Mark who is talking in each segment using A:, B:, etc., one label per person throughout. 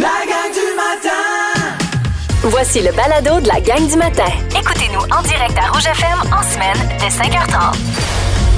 A: La gang du matin
B: Voici le balado de la gang du matin.
C: Écoutez-nous en direct à Rouge FM en semaine de 5h30.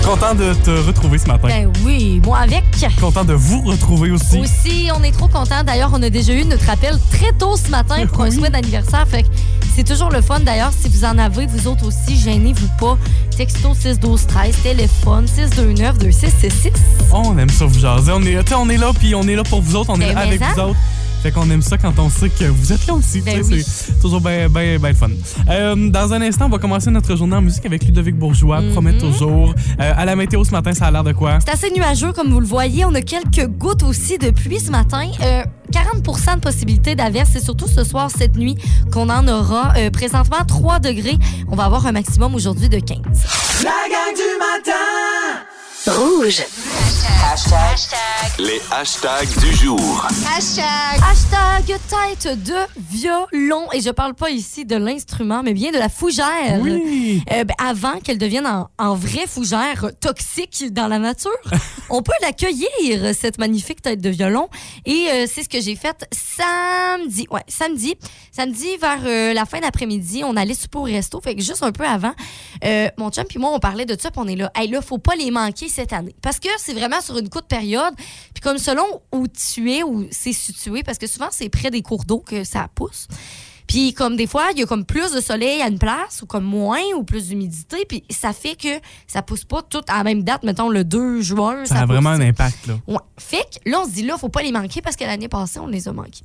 D: Content de te retrouver ce matin.
E: Ben oui, moi avec.
D: Content de vous retrouver aussi.
E: Aussi, on est trop contents. D'ailleurs, on a déjà eu notre appel très tôt ce matin pour un
D: Oui.
E: souhait d'anniversaire. Fait que c'est toujours le fun. D'ailleurs, si vous en avez, vous autres aussi, gênez-vous pas. Texto 612-13, téléphone 629-2666.
D: On aime ça vous jaser. On est, tu sais, on est là, puis on est là pour vous autres, on est
E: Ben,
D: là
E: mais
D: avec
E: ça.
D: vous autres. Fait qu'on aime ça quand on sait que vous êtes là aussi.
E: Ben
D: tu sais,
E: oui.
D: C'est toujours bien ben, ben le fun. Euh, dans un instant, on va commencer notre journée en musique avec Ludovic Bourgeois,
E: Mm-hmm.
D: Promet toujours. Euh, à la météo ce matin, ça a l'air de quoi?
E: C'est assez nuageux, comme vous le voyez. On a quelques gouttes aussi de pluie ce matin. Euh, 40 de possibilité d'averse. C'est surtout ce soir, cette nuit, qu'on en aura. Euh, présentement, 3 degrés. On va avoir un maximum aujourd'hui de 15.
A: La gang du matin
B: Rouge.
F: Les hashtags du jour.
E: Hashtag tête de violon. Et je parle pas ici de l'instrument, mais bien de la fougère.
D: Oui!
E: Euh, ben, avant qu'elle devienne en, en vraie fougère toxique dans la nature, on peut l'accueillir, cette magnifique tête de violon. Et euh, c'est ce que j'ai fait samedi. Ouais, samedi. Samedi, vers euh, la fin d'après-midi, on allait souper au resto. Fait que juste un peu avant, euh, mon chum puis moi, on parlait de ça, puis on est là. Hey, là, faut pas les manquer cette année. Parce que c'est vraiment sur une courte période. Puis comme selon où tu es, où c'est situé, parce que souvent, c'est près des cours d'eau que ça pousse. Puis comme des fois, il y a comme plus de soleil à une place ou comme moins ou plus d'humidité, puis ça fait que ça pousse pas tout à la même date, mettons le 2 juin.
D: Ça a
E: pousse,
D: vraiment un
E: tu sais.
D: impact, là.
E: Ouais. Fait que là, on se dit là, faut pas les manquer parce que l'année passée, on les a manqués.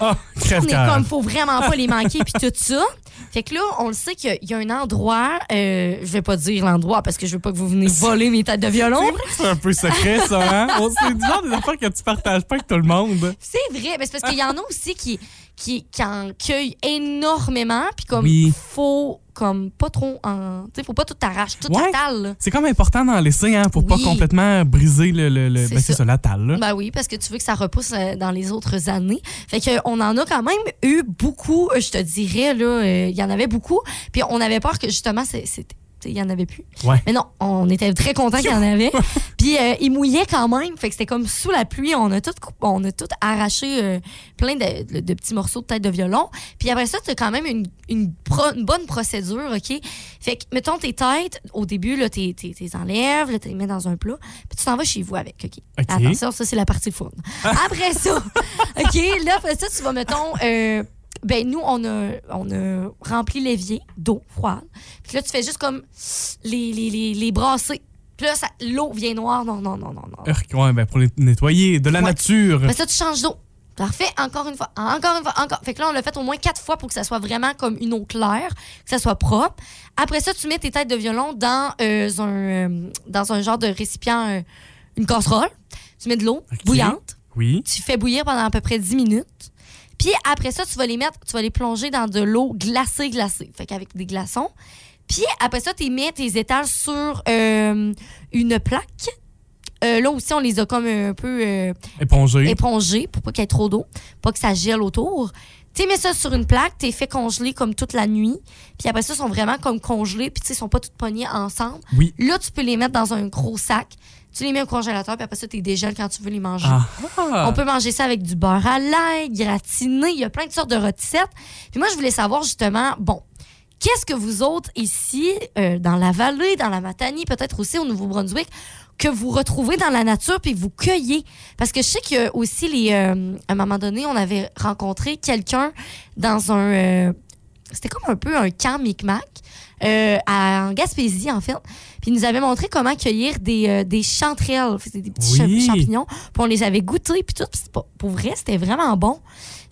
D: Ah, crève
E: on est comme, faut vraiment pas les manquer, puis tout ça. Fait que là, on le sait qu'il y a un endroit, euh, je vais pas dire l'endroit parce que je veux pas que vous venez voler mes têtes de violon.
D: C'est un peu secret, ça, hein? On- C'est du genre des affaires que tu partages pas avec tout le monde.
E: C'est vrai, mais c'est parce qu'il y en a aussi qui, qui, qui en cueillent énormément, puis comme,
D: Oui.
E: faut comme pas trop en. Tu sais, faut pas tout t'arracher, tout
D: Ouais. Hein?
E: la talle, là.
D: C'est comme important d'en laisser, hein, pour pas
E: Oui.
D: complètement briser le. le, le-
E: C'est
D: ben, c'est
E: ça.
D: ça, la talle, là.
E: Ben oui, parce que tu veux que ça repousse euh, dans les autres années. Fait que euh, on en a quand même eu beaucoup, euh, je te dirais, là, euh, il y en avait beaucoup. Puis on avait peur que justement, c'est- c'était- tu sais, il y en avait plus.
D: Ouais.
E: Mais non, on était très contents qu'il y en avait. Puis euh, il mouillait quand même. Fait que c'était comme sous la pluie. On a tout, coup- on a tout arraché euh, plein de, de- de petits morceaux de tête de violon. Puis après ça, tu as quand même une, une pro- une bonne procédure, OK? Fait que, mettons tes têtes, au début, là, t'es, t'es, t'es enlèves, là, t'es mets dans un plat, puis tu t'en vas chez vous avec, OK?
D: OK.
E: Attention, ça, c'est la partie fun. Après ça, OK, là, après ça, tu vas, mettons, euh, ben nous, on a, on a rempli l'évier d'eau froide. Puis là, tu fais juste comme les, les, les, les brasser. Puis là, ça- l'eau vient noire. Non, non, non, non, non.
D: Urk, ouais, ben, pour les nettoyer, de la
E: Ouais.
D: nature.
E: Mais ça, tu changes d'eau. Parfait, encore une fois, encore une fois, encore. Fait que là, on l'a fait au moins quatre fois pour que ça soit vraiment comme une eau claire, que ça soit propre. Après ça, tu mets tes têtes de violon dans, euh, un, euh, dans un genre de récipient, euh, une casserole. Tu mets de l'eau
D: Ok.
E: bouillante.
D: Oui.
E: Tu fais bouillir pendant à peu près 10 minutes. Puis après ça, tu vas les mettre, tu vas les plonger dans de l'eau glacée, glacée. Fait qu'avec des glaçons. Puis après ça, tu les mets, tes étales sur euh, une plaque. Euh, là aussi, on les a comme un peu. euh,
D: Éponger.
E: éponger pour pas qu'il y ait trop d'eau, pas que ça gèle autour. Tu mets ça sur une plaque, t'es fait congeler comme toute la nuit, puis après ça, ils sont vraiment comme congelés, puis tu sais, ils sont pas toutes pognés ensemble.
D: Oui.
E: Là, tu peux les mettre dans un gros sac, tu les mets au congélateur, puis après ça, t'es dégèles quand tu veux les manger.
D: Ah.
E: On peut manger ça avec du beurre à l'ail, gratiné, il y a plein de sortes de recettes. Puis moi, je voulais savoir justement, bon, qu'est-ce que vous autres ici, euh, dans la vallée, dans la Matanie, peut-être aussi au Nouveau-Brunswick, que vous retrouvez dans la nature puis vous cueillez? Parce que je sais que aussi, les, euh, à un moment donné, on avait rencontré quelqu'un dans un... euh, c'était comme un peu un camp micmac euh, à, en Gaspésie, en fait. Puis il nous avait montré comment cueillir des, euh, des chanterelles, c'est des petits
D: Oui.
E: champ- champignons. Puis on les avait goûtés, puis tout. Puis c'est pas- pour vrai, c'était vraiment bon.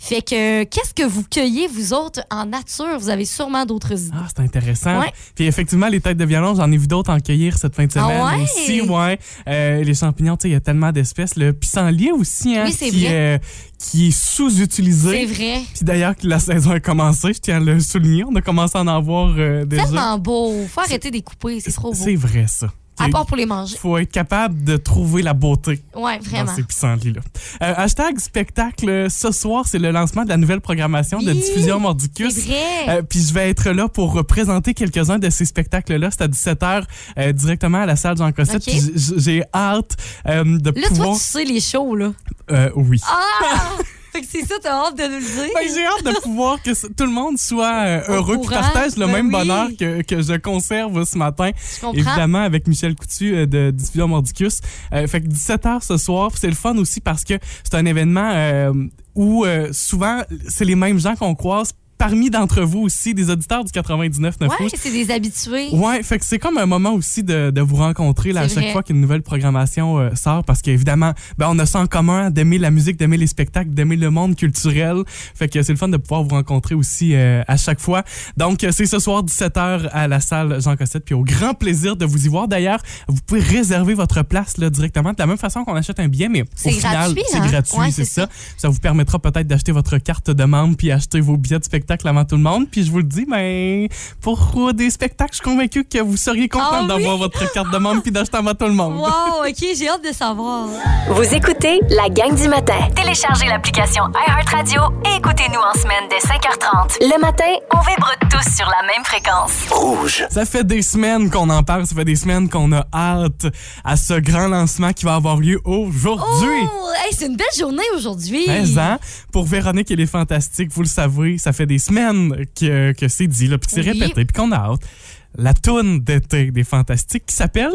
E: Fait que euh, qu'est-ce que vous cueillez, vous autres, en nature? Vous avez sûrement d'autres idées.
D: Ah, c'est intéressant.
E: Ouais.
D: Puis effectivement, les têtes de violon, j'en ai vu d'autres en cueillir cette fin de
E: Ah
D: semaine
E: ouais?
D: aussi, ouais. Euh, les champignons, tu sais, il y a tellement d'espèces. Le pissenlit aussi, hein,
E: Oui, c'est
D: qui, euh, qui est
E: C'est
D: sous-utilisé.
E: vrai.
D: Puis d'ailleurs, que la saison a commencé, je tiens à le souligner, on a commencé à en avoir euh, déjà.
E: Tellement beau. Faut arrêter de les couper, c'est trop beau.
D: C'est vrai, ça.
E: À part pour les manger.
D: faut être capable de trouver la beauté
E: Ouais,
D: dans
E: vraiment.
D: ces pissenlits-là. Euh, hashtag spectacle, ce soir, c'est le lancement de la nouvelle programmation de
E: Oui,
D: diffusion Mordicus.
E: C'est vrai.
D: Euh, puis je vais être là pour euh, présenter quelques-uns de ces spectacles-là. C'est à 17h euh, directement à la salle Jean Cossette.
E: Ok.
D: Puis j- J'ai hâte euh, de
E: Là, toi,
D: pouvoir.
E: tu sais les shows, là.
D: Euh, oui.
E: Ah! Fait que c'est ça, t'as hâte de nous le dire.
D: Fait que Ben, j'ai hâte de pouvoir que c- tout le monde soit euh,
E: Au
D: heureux et
E: courant,
D: partage le
E: ben
D: même
E: oui.
D: bonheur que, que je conserve ce matin.
E: Je comprends.
D: Évidemment, avec Michel Coutu euh, de Diffusion Mordicus. Euh, fait que 17h ce soir, c'est le fun aussi parce que c'est un événement euh, où euh, souvent, c'est les mêmes gens qu'on croise. Parmi d'entre vous aussi, des auditeurs du 99.9
E: Ouais,
D: Rouge.
E: c'est des habitués.
D: Ouais, fait que c'est comme un moment aussi de, de vous rencontrer là, à
E: C'est
D: chaque
E: vrai.
D: fois qu'une nouvelle programmation euh, sort parce qu'évidemment, ben, on a ça en commun d'aimer la musique, d'aimer les spectacles, d'aimer le monde culturel. Fait que c'est le fun de pouvoir vous rencontrer aussi euh, à chaque fois. Donc, euh, c'est ce soir 17h à la salle Jean Cossette. Puis au grand plaisir de vous y voir. D'ailleurs, vous pouvez réserver votre place là, directement de la même façon qu'on achète un billet, mais au
E: C'est
D: final,
E: gratuit,
D: c'est
E: hein?
D: gratuit,
E: Ouais,
D: c'est
E: c'est
D: ça. ça. vous permettra peut-être d'acheter votre carte de membre puis acheter vos billets de spectacle avant tout le monde. Puis je vous le dis, ben, pour euh, des spectacles, je suis convaincu que vous seriez content
E: Ah oui?
D: d'avoir votre carte de membre puis d'acheter avant tout le monde.
E: Wow, OK, j'ai hâte de savoir.
B: Vous écoutez la gang du matin.
C: Téléchargez l'application iHeartRadio et écoutez-nous en semaine dès 5h30.
B: Le matin,
C: On vibre tous sur la même fréquence.
F: Rouge.
D: Ça fait des semaines qu'on en parle, ça fait des semaines qu'on a hâte à ce grand lancement qui va avoir lieu aujourd'hui.
E: Oh, hey, c'est une belle journée aujourd'hui.
D: 13 ans. Pour Véronique et les Fantastiques, vous le savez, ça fait des semaines que, que c'est dit, là, puis que c'est
E: Oui.
D: répété, puis qu'on a hâte. La toune d'été des Fantastiques qui s'appelle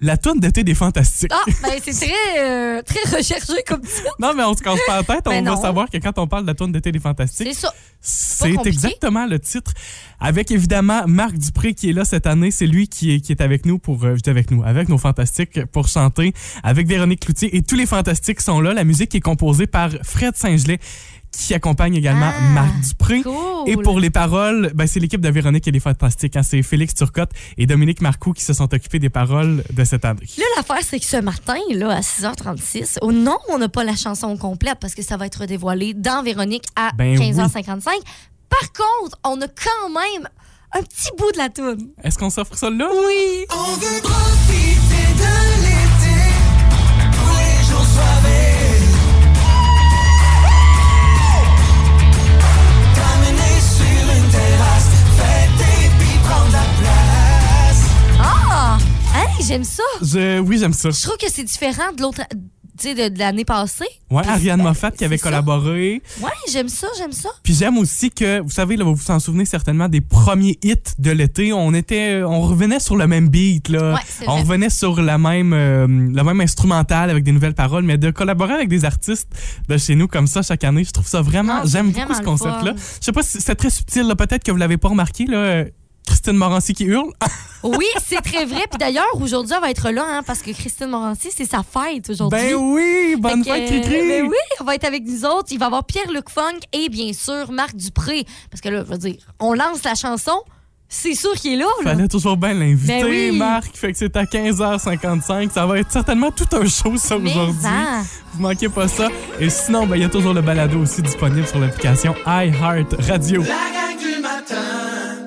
D: La toune d'été des Fantastiques.
E: Ah, ben c'est très, euh, très recherché comme titre.
D: Non, mais on se casse pas la tête, on
E: Ben
D: va
E: non.
D: savoir que quand on parle de la toune d'été des
E: C'est
D: Fantastiques,
E: ça.
D: c'est
E: compliqué.
D: exactement le titre. Avec évidemment Marc Dupré qui est là cette année, c'est lui qui est, qui est avec nous pour euh, je dis avec nous, avec nos fantastiques pour chanter. Avec Véronique Cloutier et tous les fantastiques sont là. La musique est composée par Fred Saint-Gelais qui accompagne également
E: Ah,
D: Marc Dupré.
E: Cool.
D: Et pour les paroles, ben, c'est l'équipe de Véronique et les Fantastiques. hein. C'est Félix Turcotte et Dominique Marcoux qui se sont occupés des paroles de cette année.
E: Là, l'affaire, c'est que ce matin, là, à 6h36, oh non, on n'a pas la chanson complète parce que ça va être dévoilé dans Véronique à
D: Ben oui.
E: 15h55. Par contre, on a quand même un petit bout de la toune.
D: Est-ce qu'on s'offre ça là? Oui!
A: On veut profiter de l'été pour les jours soirées. T'amener sur une terrasse, fêter puis prendre la place.
E: Ah! Hey, j'aime ça!
D: Je, oui, j'aime ça.
E: Je trouve que c'est différent de l'autre, tu sais, de, de l'année passée.
D: Ouais, Ariane Moffat qui
E: c'est
D: avait
E: ça.
D: collaboré.
E: Ouais, j'aime ça, j'aime ça.
D: Puis j'aime aussi que, vous savez, là, vous vous en souvenez certainement des premiers hits de l'été. On était, on revenait sur le même beat, là.
E: Ouais, c'est
D: on
E: vrai.
D: revenait sur la même, euh, le même instrumental avec des nouvelles paroles. Mais de collaborer avec des artistes de chez nous comme ça chaque année, je trouve ça vraiment,
E: Non, Ah, c'est
D: j'aime
E: vraiment
D: beaucoup ce
E: le fun.
D: concept-là. Je sais pas si c'est très subtil, là. Peut-être que vous l'avez pas remarqué, là. euh, Christine Morancy qui hurle. Ah,
E: Oui, c'est très vrai. Puis d'ailleurs, aujourd'hui, elle va être là, hein, parce que Christine Morancy, c'est sa fête aujourd'hui.
D: ben oui, bonne
E: Fait que,
D: fête, Cricri.
E: euh, ben oui, on va être avec nous autres. Il va y avoir Pierre-Luc Funk et bien sûr Marc Dupré. Parce que là, je veux dire, on lance la chanson, c'est sûr qu'il est là. là.
D: Fallait toujours bien l'inviter,
E: Ben oui.
D: Marc. Fait que c'est à 15h55. Ça va être certainement tout un show, ça,
E: Mais
D: aujourd'hui.
E: hein,
D: Vous manquez pas ça. Et sinon, ben, il y a toujours le balado aussi disponible sur l'application iHeart Radio.
A: La gang du matin.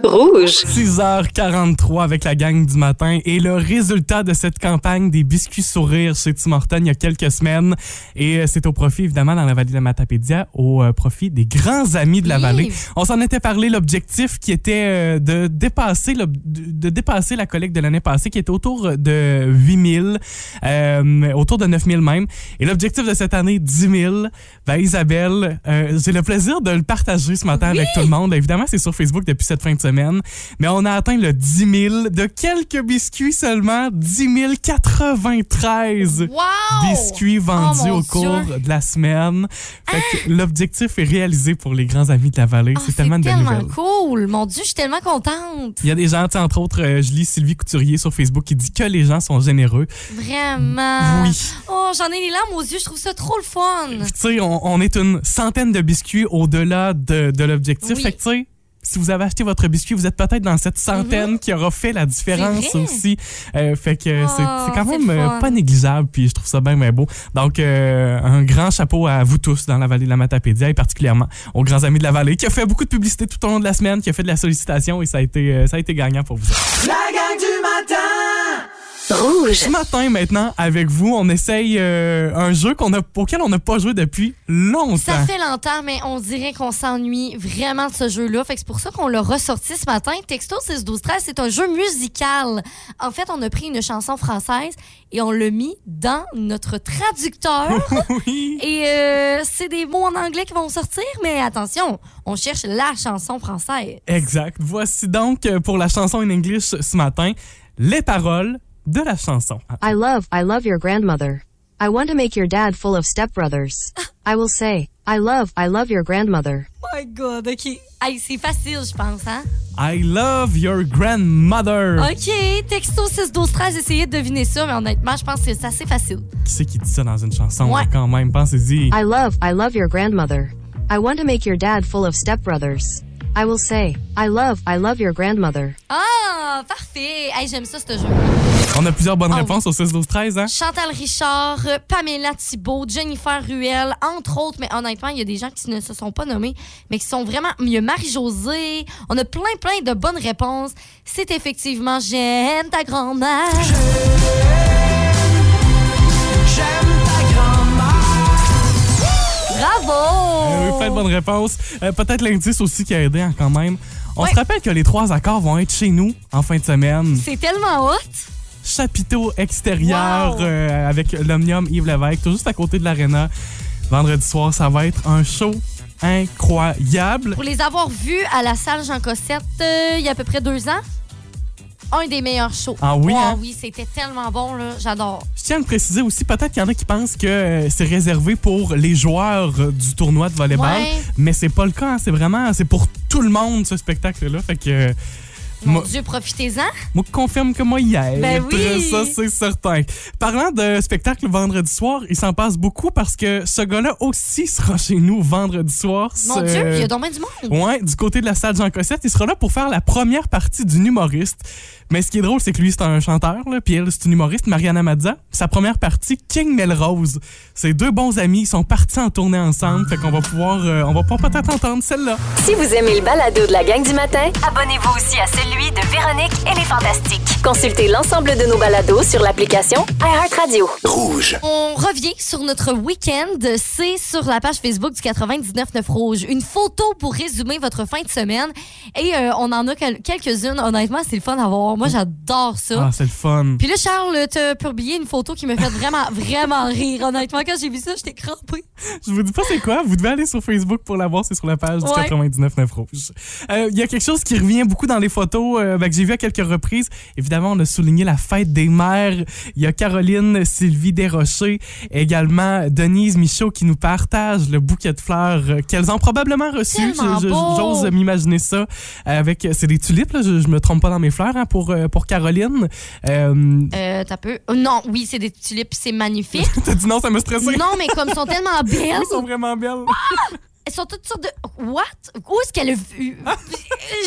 B: Rouge.
D: 6h43 avec la gang du matin et le résultat de cette campagne des biscuits sourires chez Tim Hortons il y a quelques semaines. Et euh, c'est au profit, évidemment, dans la vallée de la Matapédia, au euh, profit des grands amis de la
E: Oui.
D: vallée. On s'en était parlé, l'objectif qui était euh, de dépasser, l'ob- de dépasser la collecte de l'année passée qui était autour de 8000, euh, autour de 9000 même. Et l'objectif de cette année, 10 000. Ben, Isabelle, euh, j'ai le plaisir de le partager ce matin avec tout le monde. Évidemment, c'est sur Facebook depuis cette fin de semaine. Mais on a atteint le 10 000 de quelques biscuits seulement. 10 093
E: Wow!
D: biscuits vendus
E: Oh, mon
D: au
E: Dieu. Hein?
D: cours de la semaine. Fait que l'objectif est réalisé pour les grands amis de la vallée.
E: Ah,
D: c'est tellement de belles nouvelles.
E: cool. Mon Dieu, je suis tellement contente.
D: Il y a des gens, tu sais, entre autres, euh, je lis Sylvie Couturier sur Facebook qui dit que les gens sont généreux.
E: Vraiment.
D: Oui.
E: Oh, j'en ai les larmes aux yeux. Je trouve ça trop le fun.
D: Puis, tu sais, on, on est une centaine de biscuits au-delà de, de l'objectif.
E: Oui. Mhm.
D: Fait que, tu sais, si vous avez acheté votre biscuit, vous êtes peut-être dans cette centaine qui aura fait la différence
E: C'est vrai.
D: aussi. Euh, fait que euh, c'est
E: Oh,
D: c'est quand
E: c'est
D: même
E: le
D: euh,
E: fun.
D: pas négligeable, puis je trouve ça bien, bien beau. Donc, euh, un grand chapeau à vous tous dans la vallée de la Matapédia et particulièrement aux grands amis de la vallée qui a fait beaucoup de publicité tout au long de la semaine, qui a fait de la sollicitation et ça a été, euh, ça a été gagnant pour vous. autres.
A: La gang du matin.
B: Rouge.
D: Ce matin, maintenant, avec vous, on essaye euh, un jeu qu'on a, auquel on n'a pas joué depuis longtemps.
E: Ça fait longtemps, mais on dirait qu'on s'ennuie vraiment de ce jeu-là. Fait que c'est pour ça qu'on l'a ressorti ce matin. Texto 6 12 13, c'est un jeu musical. En fait, on a pris une chanson française et on l'a mis dans notre traducteur.
D: Oui.
E: et euh, c'est des mots en anglais qui vont sortir, mais attention, on cherche la chanson française.
D: Exact. Voici donc euh, pour la chanson in English ce matin les paroles de la chanson.
G: I love, I love your grandmother. I want to make your dad full of stepbrothers. I will say, I love, I love your grandmother.
E: Oh my God, OK. Hey, c'est facile, je pense, hein?
D: I love your grandmother.
E: OK, texto 6 12 13, essayez de deviner ça, mais honnêtement, je pense que c'est assez facile.
D: Qui c'est qui dit ça dans une chanson là,
E: Ouais. Ah.
D: quand même? Pensez-y.
G: I love, I love your grandmother. I want to make your dad full of stepbrothers. I will say, I love, I love your grandmother.
E: Ah, parfait. Hey, j'aime ça, ce jeu.
D: On a plusieurs bonnes
E: Ah oui.
D: réponses au 6, 12, 13. Hein?
E: Chantal Richard, euh, Pamela Thibault, Jennifer Ruel, entre autres. Mais honnêtement, il y a des gens qui ne se sont pas nommés, mais qui sont vraiment. Il y a Marie-Josée. On a plein, plein de bonnes réponses. C'est effectivement J'aime ta grand-mère.
A: J'aime ta grand-mère.
E: Bravo! Oh.
D: Eh Oui, plein de bonnes réponses. Euh, Peut-être l'indice aussi qui a aidé hein, quand même. On
E: Ouais.
D: se rappelle que les trois accords vont être chez nous en fin de semaine.
E: C'est tellement hot!
D: Chapiteau extérieur
E: Wow.
D: euh, avec l'Omnium Yves Lévesque, tout juste à côté de l'Arena. Vendredi soir, ça va être un show incroyable.
E: Pour les avoir vus à la salle Jean Cossette euh, il y a à peu près deux ans, un des meilleurs shows.
D: Ah oui,
E: Wow,
D: hein?
E: oui, c'était tellement bon, là. J'adore.
D: Je tiens à le préciser aussi, peut-être qu'il y en a qui pensent que euh, c'est réservé pour les joueurs euh, du tournoi de volleyball,
E: Ouais.
D: mais c'est pas le cas. hein. C'est vraiment, c'est pour tout le monde ce spectacle-là. Fait que euh,
E: Mon
D: Moi-
E: Dieu, profitez-en.
D: Moi, confirme que moi, hier.
E: Ben oui.
D: Ça, c'est certain. Parlant de spectacle vendredi soir, il s'en passe beaucoup parce que ce gars-là aussi sera chez nous vendredi soir.
E: Mon
D: Ce-
E: Dieu, il y a donc bien du monde.
D: Ouais, du côté de la salle Jean Cossette, il sera là pour faire la première partie d'une humoriste. Mais ce qui est drôle, c'est que lui, c'est un chanteur, là, puis elle, c'est une humoriste, Mariana Mazza. Sa première partie, King Melrose. C'est deux bons amis, ils sont partis en tournée ensemble, fait qu'on va pouvoir, euh, on va pouvoir peut-être entendre celle-là.
B: Si vous aimez le balado de la gang du matin,
C: Abonnez-vous aussi à celui de Véronique et les Fantastiques.
B: consultez l'ensemble de nos balados sur l'application iHeartRadio.
F: Rouge.
E: On revient sur notre week-end. C'est sur la page Facebook du 99.9 Rouge. Une photo pour résumer votre fin de semaine. Et euh, on en a quel- quelques-unes. Honnêtement, c'est le fun à voir. Moi, j'adore ça.
D: Ah, c'est le fun.
E: Puis là, Charles, t'as publié une photo qui me fait vraiment, vraiment rire. Honnêtement, quand j'ai vu ça, j'étais crampée.
D: Je vous dis pas c'est quoi, vous devez aller sur Facebook pour la voir, c'est sur la page
E: Ouais.
D: du 99.9 Rouge. Euh, Il y a quelque chose qui revient beaucoup dans les photos, euh, ben, que j'ai vu à quelques reprises. Évidemment, on a souligné la fête des mères. Il y a Caroline, Sylvie Desrochers, également Denise Michaud qui nous partage le bouquet de fleurs euh, qu'elles ont probablement reçu.
E: Tellement
D: Je- je-
E: beau.
D: J'ose m'imaginer ça. euh, Avec, c'est des tulipes, là, je, je me trompe pas dans mes fleurs hein, pour, euh, pour Caroline. Euh,
E: Euh, t'as peu. Oh, non, oui, c'est des tulipes, c'est magnifique.
D: T'as dit non, ça me stressait.
E: non, mais comme elles sont tellement belles,
D: Elles sont vraiment belles.
E: elles sont toutes sortes de. What? Où est-ce qu'elle a vu?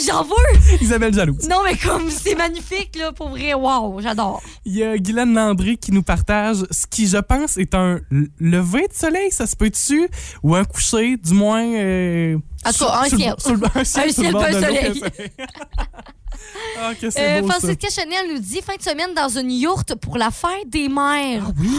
E: J'en veux!
D: Isabelle Jaloux.
E: Non, mais comme c'est magnifique, là, pour vrai. Wow, j'adore.
D: Il y a Guylaine Landry qui nous partage ce qui, je pense, est un l- lever de soleil, ça se peut-tu? Ou un coucher, du moins. euh,
E: En tout cas,
D: sur-
E: un
D: sur le-
E: ciel.
D: sur le- un ciel,
E: Un
D: sur le
E: ciel,
D: bord
E: pas un
D: de l'eau,
E: soleil.
D: qu'un soleil. ah, que c'est
E: Euh,
D: beau, ça.
E: Francisca Chanel nous dit fin de semaine dans une yourte pour la fête des mères.
D: Ah Oui,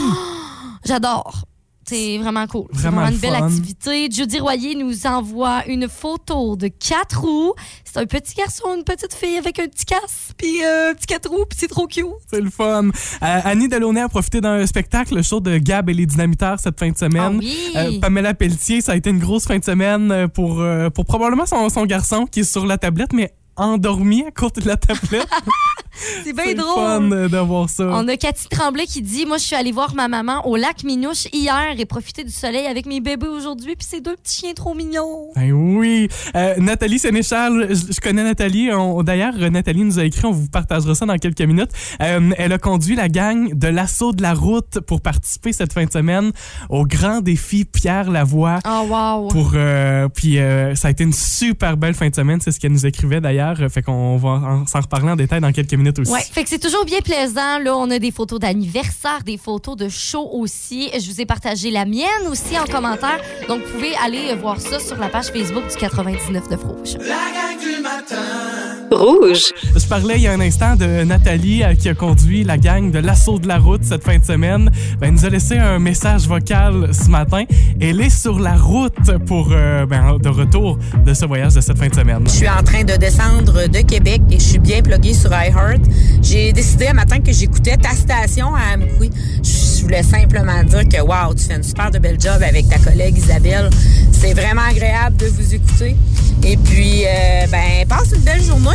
E: J'adore. C'est vraiment cool. C'est
D: Vraiment
E: vraiment une
D: le
E: belle
D: fun.
E: activité. Judy Royer nous envoie une photo de quatre roues. C'est un petit garçon, une petite fille avec un petit casse, puis euh, un petit quatre roues, puis c'est trop cute.
D: c'est le fun. Euh, Annie Delaunay a profité d'un spectacle, le show de Gab et les Dynamiteurs cette fin de
E: Ah
D: semaine.
E: oui.
D: Euh, Pamela Pelletier, ça a été une grosse fin de semaine euh, pour, euh, pour probablement son, son garçon qui est sur la tablette, mais endormi à côté de la tablette.
E: c'est
D: c'est
E: bien
D: le fun
E: drôle.
D: euh, de voir ça.
E: On a Cathy Tremblay qui dit Moi, je suis allée voir ma maman au lac Minouche hier et profiter du soleil avec mes bébés aujourd'hui, puis ces deux petits chiens trop mignons.
D: Ben oui. Euh, Nathalie Sénéchal, je, je connais Nathalie. On- D'ailleurs, euh, Nathalie nous a écrit, on vous partagera ça dans quelques minutes. Euh, elle a conduit la gang de l'assaut de la route pour participer cette fin de semaine au grand défi Pierre Lavoie.
E: Oh, wow.
D: Pour euh, puis euh, ça a été une super belle fin de semaine, c'est ce qu'elle nous écrivait d'ailleurs. Euh, Fait qu'on va en- s'en reparler en détail dans quelques minutes aussi.
E: Ouais, fait que c'est toujours bien plaisant. Là, on a des photos d'anniversaire, des photos de show aussi. Je vous ai partagé la mienne aussi en commentaire. Donc, vous pouvez aller voir ça sur la page Facebook du 99 de Rouge.
A: La gang du matin.
B: Rouge.
D: Je parlais il y a un instant de Nathalie euh, qui a conduit la gang de l'assaut de la route cette fin de semaine. Ben, elle nous a laissé un message vocal ce matin. Elle est sur la route pour euh, ben, de retour de ce voyage de cette fin de semaine.
H: Je suis en train de descendre de Québec et je suis bien pluguée sur iHeart. J'ai décidé un matin que j'écoutais ta station à Amqui. Je voulais simplement dire que, wow, tu fais une super de belle job avec ta collègue Isabelle. C'est vraiment agréable de vous écouter. Et puis, euh, ben, passe une belle journée.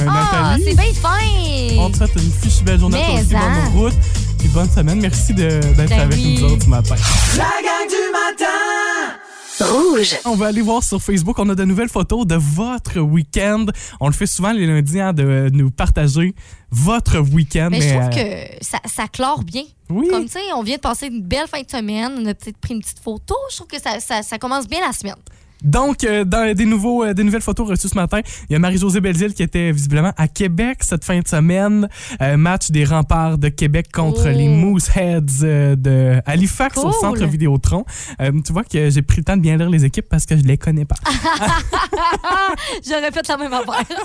D: Euh,
E: Ah,
D: Nathalie,
E: c'est bien
D: on te
E: fin!
D: souhaite une fiche belle journée à toi
E: Mais
D: aussi,
E: hein.
D: bonne route. Puis bonne semaine. Merci de- d'être
E: Ben
D: avec
E: oui.
D: nous autres ce matin.
A: La gang du matin
B: Rouge.
D: On va aller voir sur Facebook. On a de nouvelles photos de votre week-end. On le fait souvent les lundis hein, de nous partager votre week-end.
E: Mais je trouve
D: euh,
E: que ça, ça clore bien.
D: Oui.
E: Comme, tu sais, on vient de passer une belle fin de semaine, on a peut-être pris une petite photo. Je trouve que ça, ça, ça commence bien la semaine.
D: Donc, euh, dans des, nouveaux, euh, des nouvelles photos reçues ce matin, il y a Marie-Josée Belzile qui était visiblement à Québec cette fin de semaine. Euh, match des remparts de Québec contre
E: Oh.
D: les Mooseheads euh, de Halifax au
E: Cool.
D: centre Vidéotron. Euh, tu vois que j'ai pris le temps de bien lire les équipes parce que je les connais
E: Ah.
D: pas.
E: J'aurais fait la même affaire.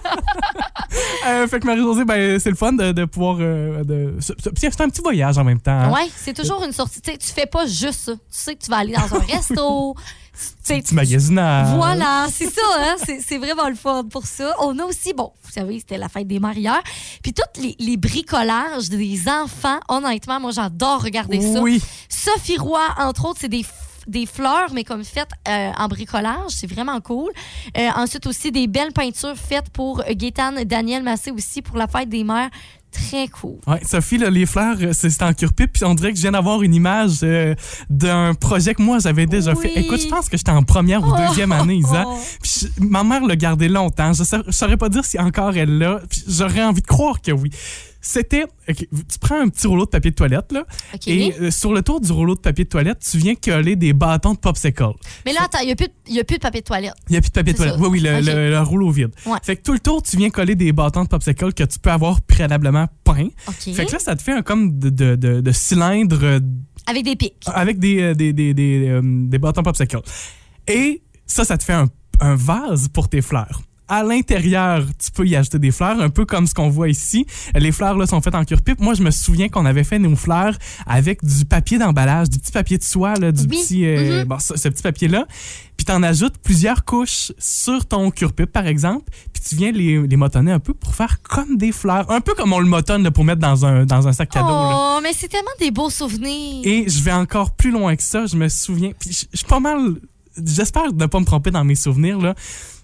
D: Euh, fait que Marie-Josée, ben, c'est le fun de, de pouvoir... euh, de... c'est- C'est c'est un petit voyage en même temps. hein.
E: Ouais, c'est toujours une sortie. Tu sais, tu fais pas juste ça. Tu sais que tu vas aller dans un resto. Tu sais,
D: Petit magasinage.
E: Voilà, c'est ça, hein? c'est c'est vraiment le fun pour ça. On a aussi, bon, vous savez, c'était la fête des marieurs. Puis tous les, les bricolages des enfants, honnêtement, moi j'adore regarder ça.
D: Oui.
E: Sophie Roy, entre autres, c'est des f- des fleurs, mais comme faites euh, en bricolage. C'est vraiment cool. Euh, ensuite aussi, des belles peintures faites pour euh, Gaétane Daniel Massé aussi pour la fête des mères. Très cool.
D: Ouais, Sophie, là, les fleurs, euh, c'est c'est en curpipe. Puis on dirait que je viens d'avoir une image euh, d'un projet que moi, j'avais déjà
E: Oui.
D: fait. Écoute, je pense que j'étais en première ou
E: Oh.
D: deuxième année, Isa. Puis je- ma mère l'a gardé longtemps. Je ne saurais pas dire si encore elle l'a. Puis J'aurais envie de croire que oui. C'était... ok, tu prends un petit rouleau de papier de toilette, là.
E: OK.
D: Et euh, sur le tour du rouleau de papier de toilette, tu viens coller des bâtons de popsicle.
E: Mais là, attends, il n'y a, plus de- il y a plus de papier de toilette.
D: Il n'y a plus de papier de
E: C'est
D: toilette.
E: ça.
D: Oui, oui, le,
E: Ok.
D: le- le rouleau vide.
E: Ouais.
D: Fait que tout le tour, tu viens coller des bâtons de popsicle que tu peux avoir préalablement peints.
E: OK.
D: Fait que là, ça te fait un comme de, de, de- de cylindre euh,
E: Avec des pics.
D: avec des, euh, des, des, des, euh, des bâtons popsicle. Et ça, ça te fait un, un vase pour tes fleurs. À l'intérieur, tu peux y ajouter des fleurs, un peu comme ce qu'on voit ici. Les fleurs là sont faites en cure-pipe. Moi, je me souviens qu'on avait fait nos fleurs avec du papier d'emballage, du petit papier de soie, là, du
E: Oui. Mm-hmm.
D: petit, euh, bon, ce, ce petit papier-là. Puis t'en ajoutes plusieurs couches sur ton cure-pipe, par exemple. Puis tu viens les, les motonner un peu pour faire comme des fleurs, un peu comme on le motonne là, pour mettre dans un, dans un sac cadeau. là.
E: Oh, mais c'est tellement des beaux souvenirs.
D: Et je vais encore plus loin que ça. Je me souviens. Puis je je suis pas mal. J'espère ne pas me tromper dans mes souvenirs, là.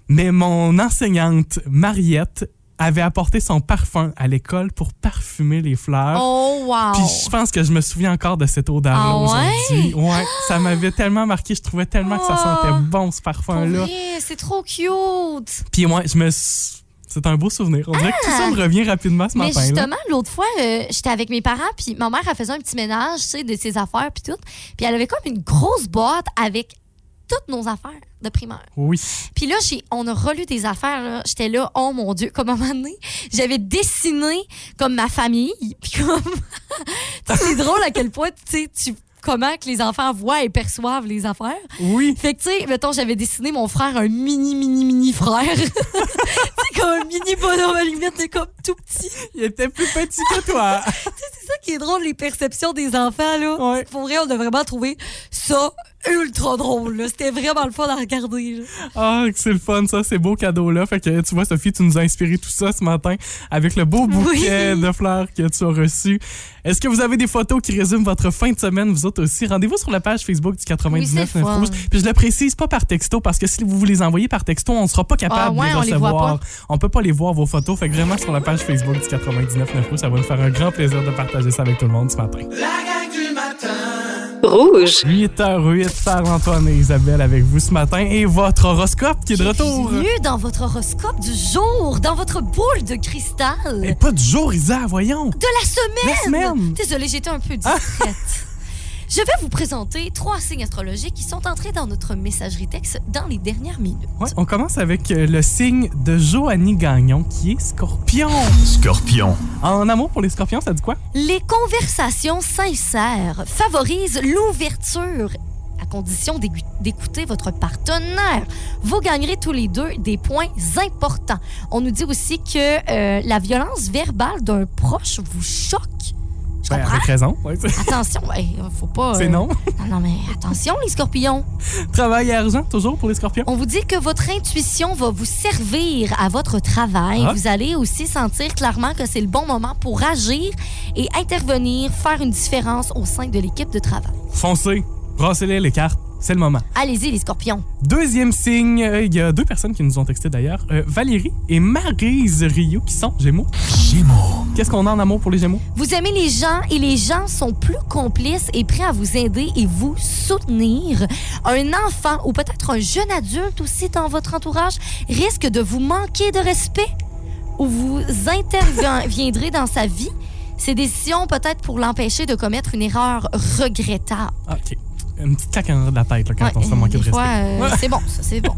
D: Mais mon enseignante, Mariette, avait apporté son parfum à l'école pour parfumer les fleurs.
E: Oh, wow.
D: Puis je pense que je me souviens encore de cette odeur
E: Ah ouais?
D: aujourd'hui. Ouais, ça m'avait tellement marqué, je trouvais tellement que ça sentait bon ce
E: Ah. Pour
D: parfum là.
E: vrai, c'est trop cute.
D: Puis ouais, je me s- c'est un beau souvenir. On dirait que tout ça me revient rapidement ce
E: Ah! Mais
D: matin là.
E: justement, l'autre fois, euh, j'étais avec mes parents, puis ma mère, elle faisait un petit ménage, tu sais, de ses affaires, puis tout. Puis elle avait comme une grosse boîte avec toutes nos affaires de primaire.
D: Oui.
E: Puis là, j'ai- on a relu des affaires. là. J'étais là, oh mon Dieu, comme à un moment donné, j'avais dessiné comme ma famille. Puis comme. Tu sais, c'est drôle à quel point, tu sais, tu- comment que les enfants voient et perçoivent les affaires.
D: Oui.
E: Fait que, tu sais, mettons, j'avais dessiné mon frère un mini, mini, mini frère. tu sais, comme un mini bonhomme à la limite, mais comme tout petit.
D: Il était plus petit que toi.
E: C'est ça qui est drôle, les perceptions des enfants, là.
D: Ouais.
E: Pour vrai, on a vraiment trouvé ça ultra drôle, là. C'était vraiment le fun à regarder, là.
D: Ah, que c'est le fun, ça, ces beaux cadeaux-là. Fait que tu vois, Sophie, tu nous as inspiré tout ça ce matin avec le beau bouquet
E: Oui.
D: de fleurs que tu as reçu. Est-ce que vous avez des photos qui résument votre fin de semaine, vous autres aussi? Rendez-vous sur la page Facebook du 99
E: Oui, c'est le fun.
D: Rouge. Puis je le précise pas par texto, parce que si vous voulez les envoyez par texto, on sera pas capable
E: Ah ouais,
D: de les
E: on les voit
D: recevoir.
E: pas.
D: On peut pas les voir, vos photos. Fait que vraiment, sur la page Facebook du 99 Rouge, ça va nous faire un grand plaisir de partager ça avec tout le monde ce matin.
A: La gang du matin
D: 8h08, Sarah Antoine et Isabelle avec vous ce matin. Et votre horoscope qui est de retour.
E: Bienvenue dans votre horoscope du jour, dans votre boule de cristal
D: Et pas du jour, Isa, voyons.
E: de la semaine.
D: La semaine. Ah.
E: Désolée, j'étais un peu distraite. Je vais vous présenter trois signes astrologiques qui sont entrés dans notre messagerie texte dans les dernières minutes.
D: Ouais, on commence avec euh, le signe de Joannie Gagnon qui est scorpion.
F: Scorpion,
D: En amour pour les scorpions, ça dit quoi?
E: Les conversations sincères favorisent l'ouverture à condition d'égu- d'écouter votre partenaire. Vous gagnerez tous les deux des points importants. On nous dit aussi que euh, la violence verbale d'un proche vous choque. Je
D: Ben,
E: comprends.
D: avec raison. ouais.
E: Attention, ouais, faut pas. euh,
D: C'est non.
E: Non, non, mais attention, les scorpions.
D: Travail et argent, toujours pour les scorpions.
E: On vous dit que votre intuition va vous servir à votre travail.
D: Ah.
E: Vous allez aussi sentir clairement que c'est le bon moment pour agir et intervenir, faire une différence au sein de l'équipe de travail.
D: Foncez, brassez-les les cartes, c'est le moment.
E: Allez-y, les scorpions.
D: Deuxième signe, euh, il y a deux personnes qui nous ont texté d'ailleurs, euh, Valérie et Marise Rio, qui sont Gémeaux. Gémeaux. Qu'est-ce qu'on a en amour pour les Gémeaux?
E: Vous aimez les gens et les gens sont plus complices et prêts à vous aider et vous soutenir. Un enfant ou peut-être un jeune adulte aussi dans votre entourage risque de vous manquer de respect ou vous interviendrez dans sa vie. Ces décisions peut-être pour l'empêcher de commettre une erreur regrettable.
D: Ah, OK. Une petite claque en de la tête là, quand on se fait
E: Ouais,
D: manquer
E: des
D: de respect.
E: fois, euh,
D: Ouais.
E: c'est bon, ça, c'est bon.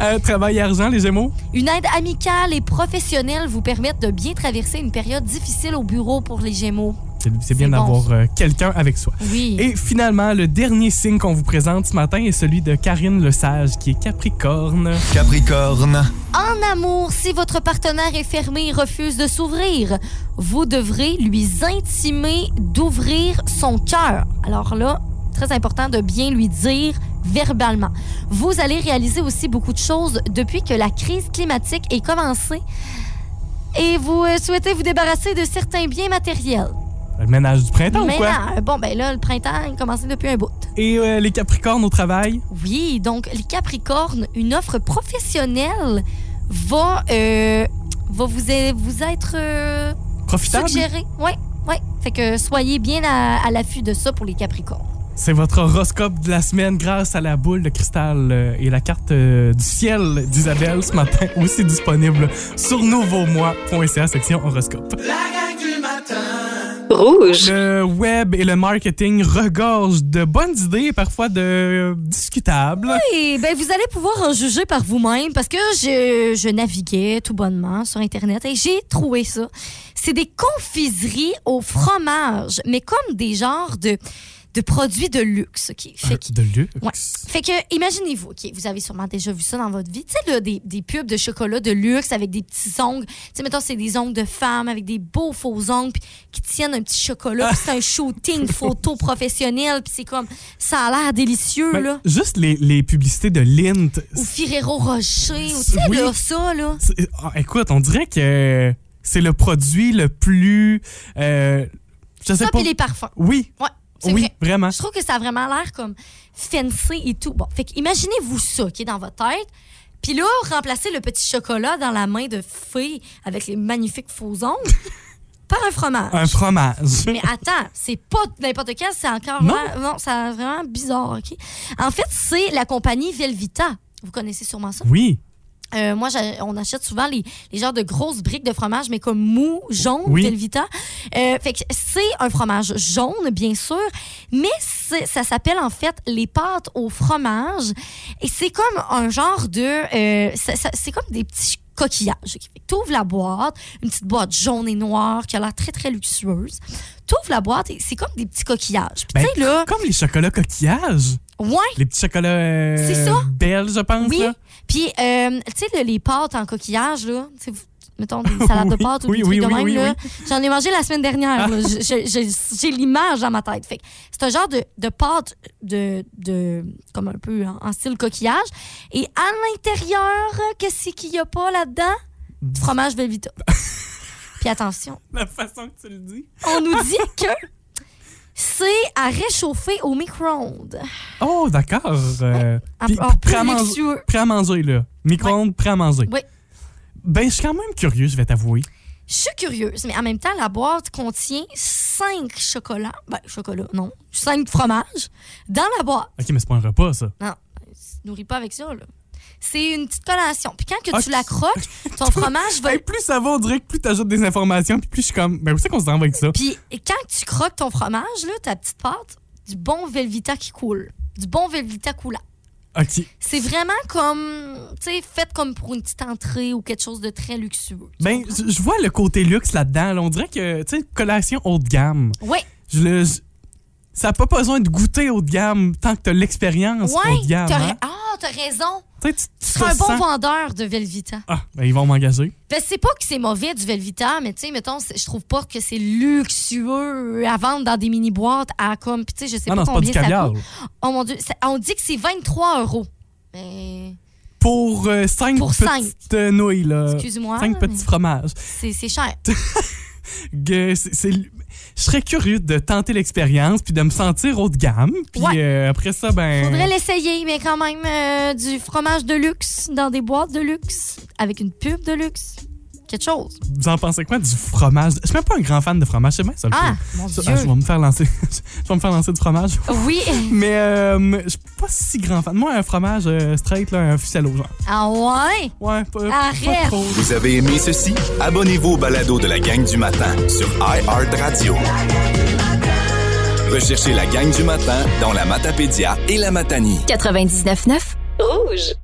D: Euh, travail et argent, les Gémeaux.
E: Une aide amicale et professionnelle vous permettent de bien traverser une période difficile au bureau pour les Gémeaux.
D: C'est- C'est bien
E: C'est bon,
D: d'avoir
E: ça.
D: euh, quelqu'un avec soi.
E: Oui.
D: Et finalement, le dernier signe qu'on vous présente ce matin est celui de Karine Le Sage, qui est Capricorne. Euh,
F: Capricorne,
E: En amour, si votre partenaire est fermé et refuse de s'ouvrir, vous devrez lui intimer d'ouvrir son cœur. Alors là, très important de bien lui dire verbalement. Vous allez réaliser aussi beaucoup de choses depuis que la crise climatique est commencée et vous euh, souhaitez vous débarrasser de certains biens matériels.
D: Le ménage du printemps ou
E: Mais
D: quoi?
E: là, bon, ben là, le printemps est commencé depuis un bout.
D: Et euh, les Capricornes au travail?
E: Oui, donc les Capricornes, une offre professionnelle va, euh, va vous, a- vous être euh,
D: Profitable?
E: suggérée. Oui, oui. Fait que soyez bien à, à l'affût de ça pour les Capricornes.
D: C'est votre horoscope de la semaine grâce à la boule de cristal euh, et la carte euh, du ciel d'Isabelle ce matin aussi disponible sur nouveaumois.ca section horoscope.
B: Rouge.
D: Le web et le marketing regorgent de bonnes idées et parfois de euh, discutables.
E: Et ben, vous allez pouvoir en juger par vous-même parce que je, je naviguais tout bonnement sur Internet et j'ai trouvé ça. C'est des confiseries au fromage, mais comme des genres de, de produits de luxe. qui Fait que-
D: De luxe.
E: Ouais. Fait que, imaginez-vous, OK, vous avez sûrement déjà vu ça dans votre vie. Tu sais, là, des, des pubs de chocolat de luxe avec des petits ongles. Tu sais, mettons, c'est des ongles de femmes avec des beaux faux ongles puis qui tiennent un petit chocolat. puis c'est un shooting photo professionnel. Puis c'est comme, ça a l'air délicieux,
D: Ben,
E: là.
D: juste les, les publicités de Lint.
E: Ou Ferrero Rocher, ou tu sais,
D: Oui.
E: là, ça, là.
D: c'est- ah, écoute, on dirait que c'est le produit le plus. euh, je sais
E: Ça,
D: pas.
E: puis les parfums.
D: Oui,
E: Ouais, c'est
D: oui,
E: vrai.
D: vraiment.
E: Je trouve que ça a vraiment l'air comme fancy et tout. Bon, fait que imaginez-vous ça qui est dans votre tête. Puis là, remplacez le petit chocolat dans la main de fée avec les magnifiques faux ongles par un fromage.
D: Un fromage.
E: Mais attends, c'est pas n'importe quel, c'est encore.
D: Non.
E: vraiment- Non, c'est vraiment bizarre, OK? En fait, c'est la compagnie Velvita. Vous connaissez sûrement ça.
D: Oui,
E: Euh, moi, j'a- on achète souvent les, les genres de grosses briques de fromage, mais comme mou, jaune,
D: Oui.
E: Velvita. Euh, fait que c'est un fromage jaune, bien sûr, mais c'est- ça s'appelle en fait les pâtes au fromage. Et c'est comme un genre de... euh, ça- ça- c'est comme des petits coquillages. Tu ouvres la boîte, une petite boîte jaune et noire qui a l'air très, très luxueuse. Tu ouvres la boîte et c'est comme des petits coquillages. Puis
D: Ben,
E: tu sais, là,
D: comme les chocolats coquillages.
E: ouais,
D: Les petits chocolats euh,
E: C'est ça.
D: belges, je pense.
E: Oui.
D: là.
E: Puis, euh, tu sais, le- les pâtes en coquillage, là, tu sais, vous- mettons des salades
D: Oui,
E: de pâtes ou
D: oui,
E: des trucs
D: oui,
E: de
D: oui,
E: même,
D: oui, Ah.
E: là. J'en ai mangé la semaine dernière. là. Je- je- je- J'ai l'image dans ma tête. Fait que c'est un genre de, de pâte de, de, comme un peu en, en style coquillage. Et à l'intérieur, euh, qu'est-ce qu'il y a pas là-dedans? Du fromage Velvita. Puis attention,
D: La façon que tu le dis.
E: on nous dit que c'est à réchauffer au micro-ondes.
D: Oh, d'accord. Euh,
E: En-
D: puis-
E: en
D: puis
E: plus
D: prêt à manger-
E: luxueux.
D: prêt à manger, là. Micro-ondes, prêt à manger.
E: Oui.
D: Ben, je suis quand même curieux, je vais t'avouer.
E: Je suis curieuse, mais en même temps, la boîte contient cinq chocolats. Ben, chocolats, non. Cinq fromages dans la boîte.
D: OK, mais c'est pas un repas, ça.
E: Non, tu te nourris pas avec ça, là. C'est une petite collation. Puis quand que
D: Ah,
E: tu la croques, ton fromage va.
D: Hey, plus ça va, on dirait que plus t'ajoutes des informations, puis plus je suis comme... Ben, où c'est qu'on se rend avec ça?
E: Puis quand tu croques ton fromage, là, ta petite pâte, du bon Velvita qui coule. Du bon Velvita coulant.
D: OK.
E: C'est vraiment comme, tu sais, fait comme pour une petite entrée ou quelque chose de très luxueux.
D: Ben, je je vois le côté luxe là-dedans. là. On dirait que, tu sais, collation haut de gamme.
E: Oui,
D: Je le... je- Ça n'a pas besoin de goûter haut de gamme tant que tu as l'expérience haut
E: Ouais,
D: de gamme.
E: t'as
D: hein.
E: ra- ah, t'as raison.
D: Tu sais, tu-
E: Tu
D: tu
E: seras un
D: te
E: bon
D: sens-
E: vendeur de Velvita.
D: Ah, ben ils vont m'engager.
E: Ben, c'est pas que c'est mauvais du Velvita, mais tu sais, mettons, c'est- je trouve pas que c'est luxueux à vendre dans des mini-boîtes à comme, puis tu sais, je sais
D: Ah
E: pas
D: non, c'est pas
E: combien
D: du caviar.
E: ça coûte. Oh mon Dieu, ça- on dit que c'est 23 euros. Mais
D: Pour 5
E: Pour cinq.
D: petites euh, nouilles, là.
E: Excuse-moi,
D: 5
E: mais-
D: petits fromages.
E: c'est c'est cher.
D: Que c'est- c'est- Je serais curieux de tenter l'expérience puis de me sentir haut de gamme. Puis
E: Ouais.
D: euh, après ça, ben.
E: Faudrait l'essayer, mais quand même, euh, du fromage de luxe dans des boîtes de luxe, avec une pub de luxe. Quelque chose.
D: Vous en pensez quoi du fromage? Je suis même pas un grand fan de fromage, c'est bien ça le
E: Ah,
D: fait.
E: mon
D: Ça,
E: Dieu.
D: ah, je vais me faire lancer. je vais me faire lancer du fromage.
E: Oui.
D: Mais euh, je suis pas si grand fan. Moi, un fromage euh, straight, là, un ficello, genre.
E: Ah ouais?
D: Ouais, pas, pas
E: Arrête.
D: trop.
F: Vous avez aimé ceci? Abonnez-vous au balado de la gang du matin sur iHeartRadio. Recherchez la gang du matin dans la Matapédia et la Matanie.
C: 99.9.
B: Rouge.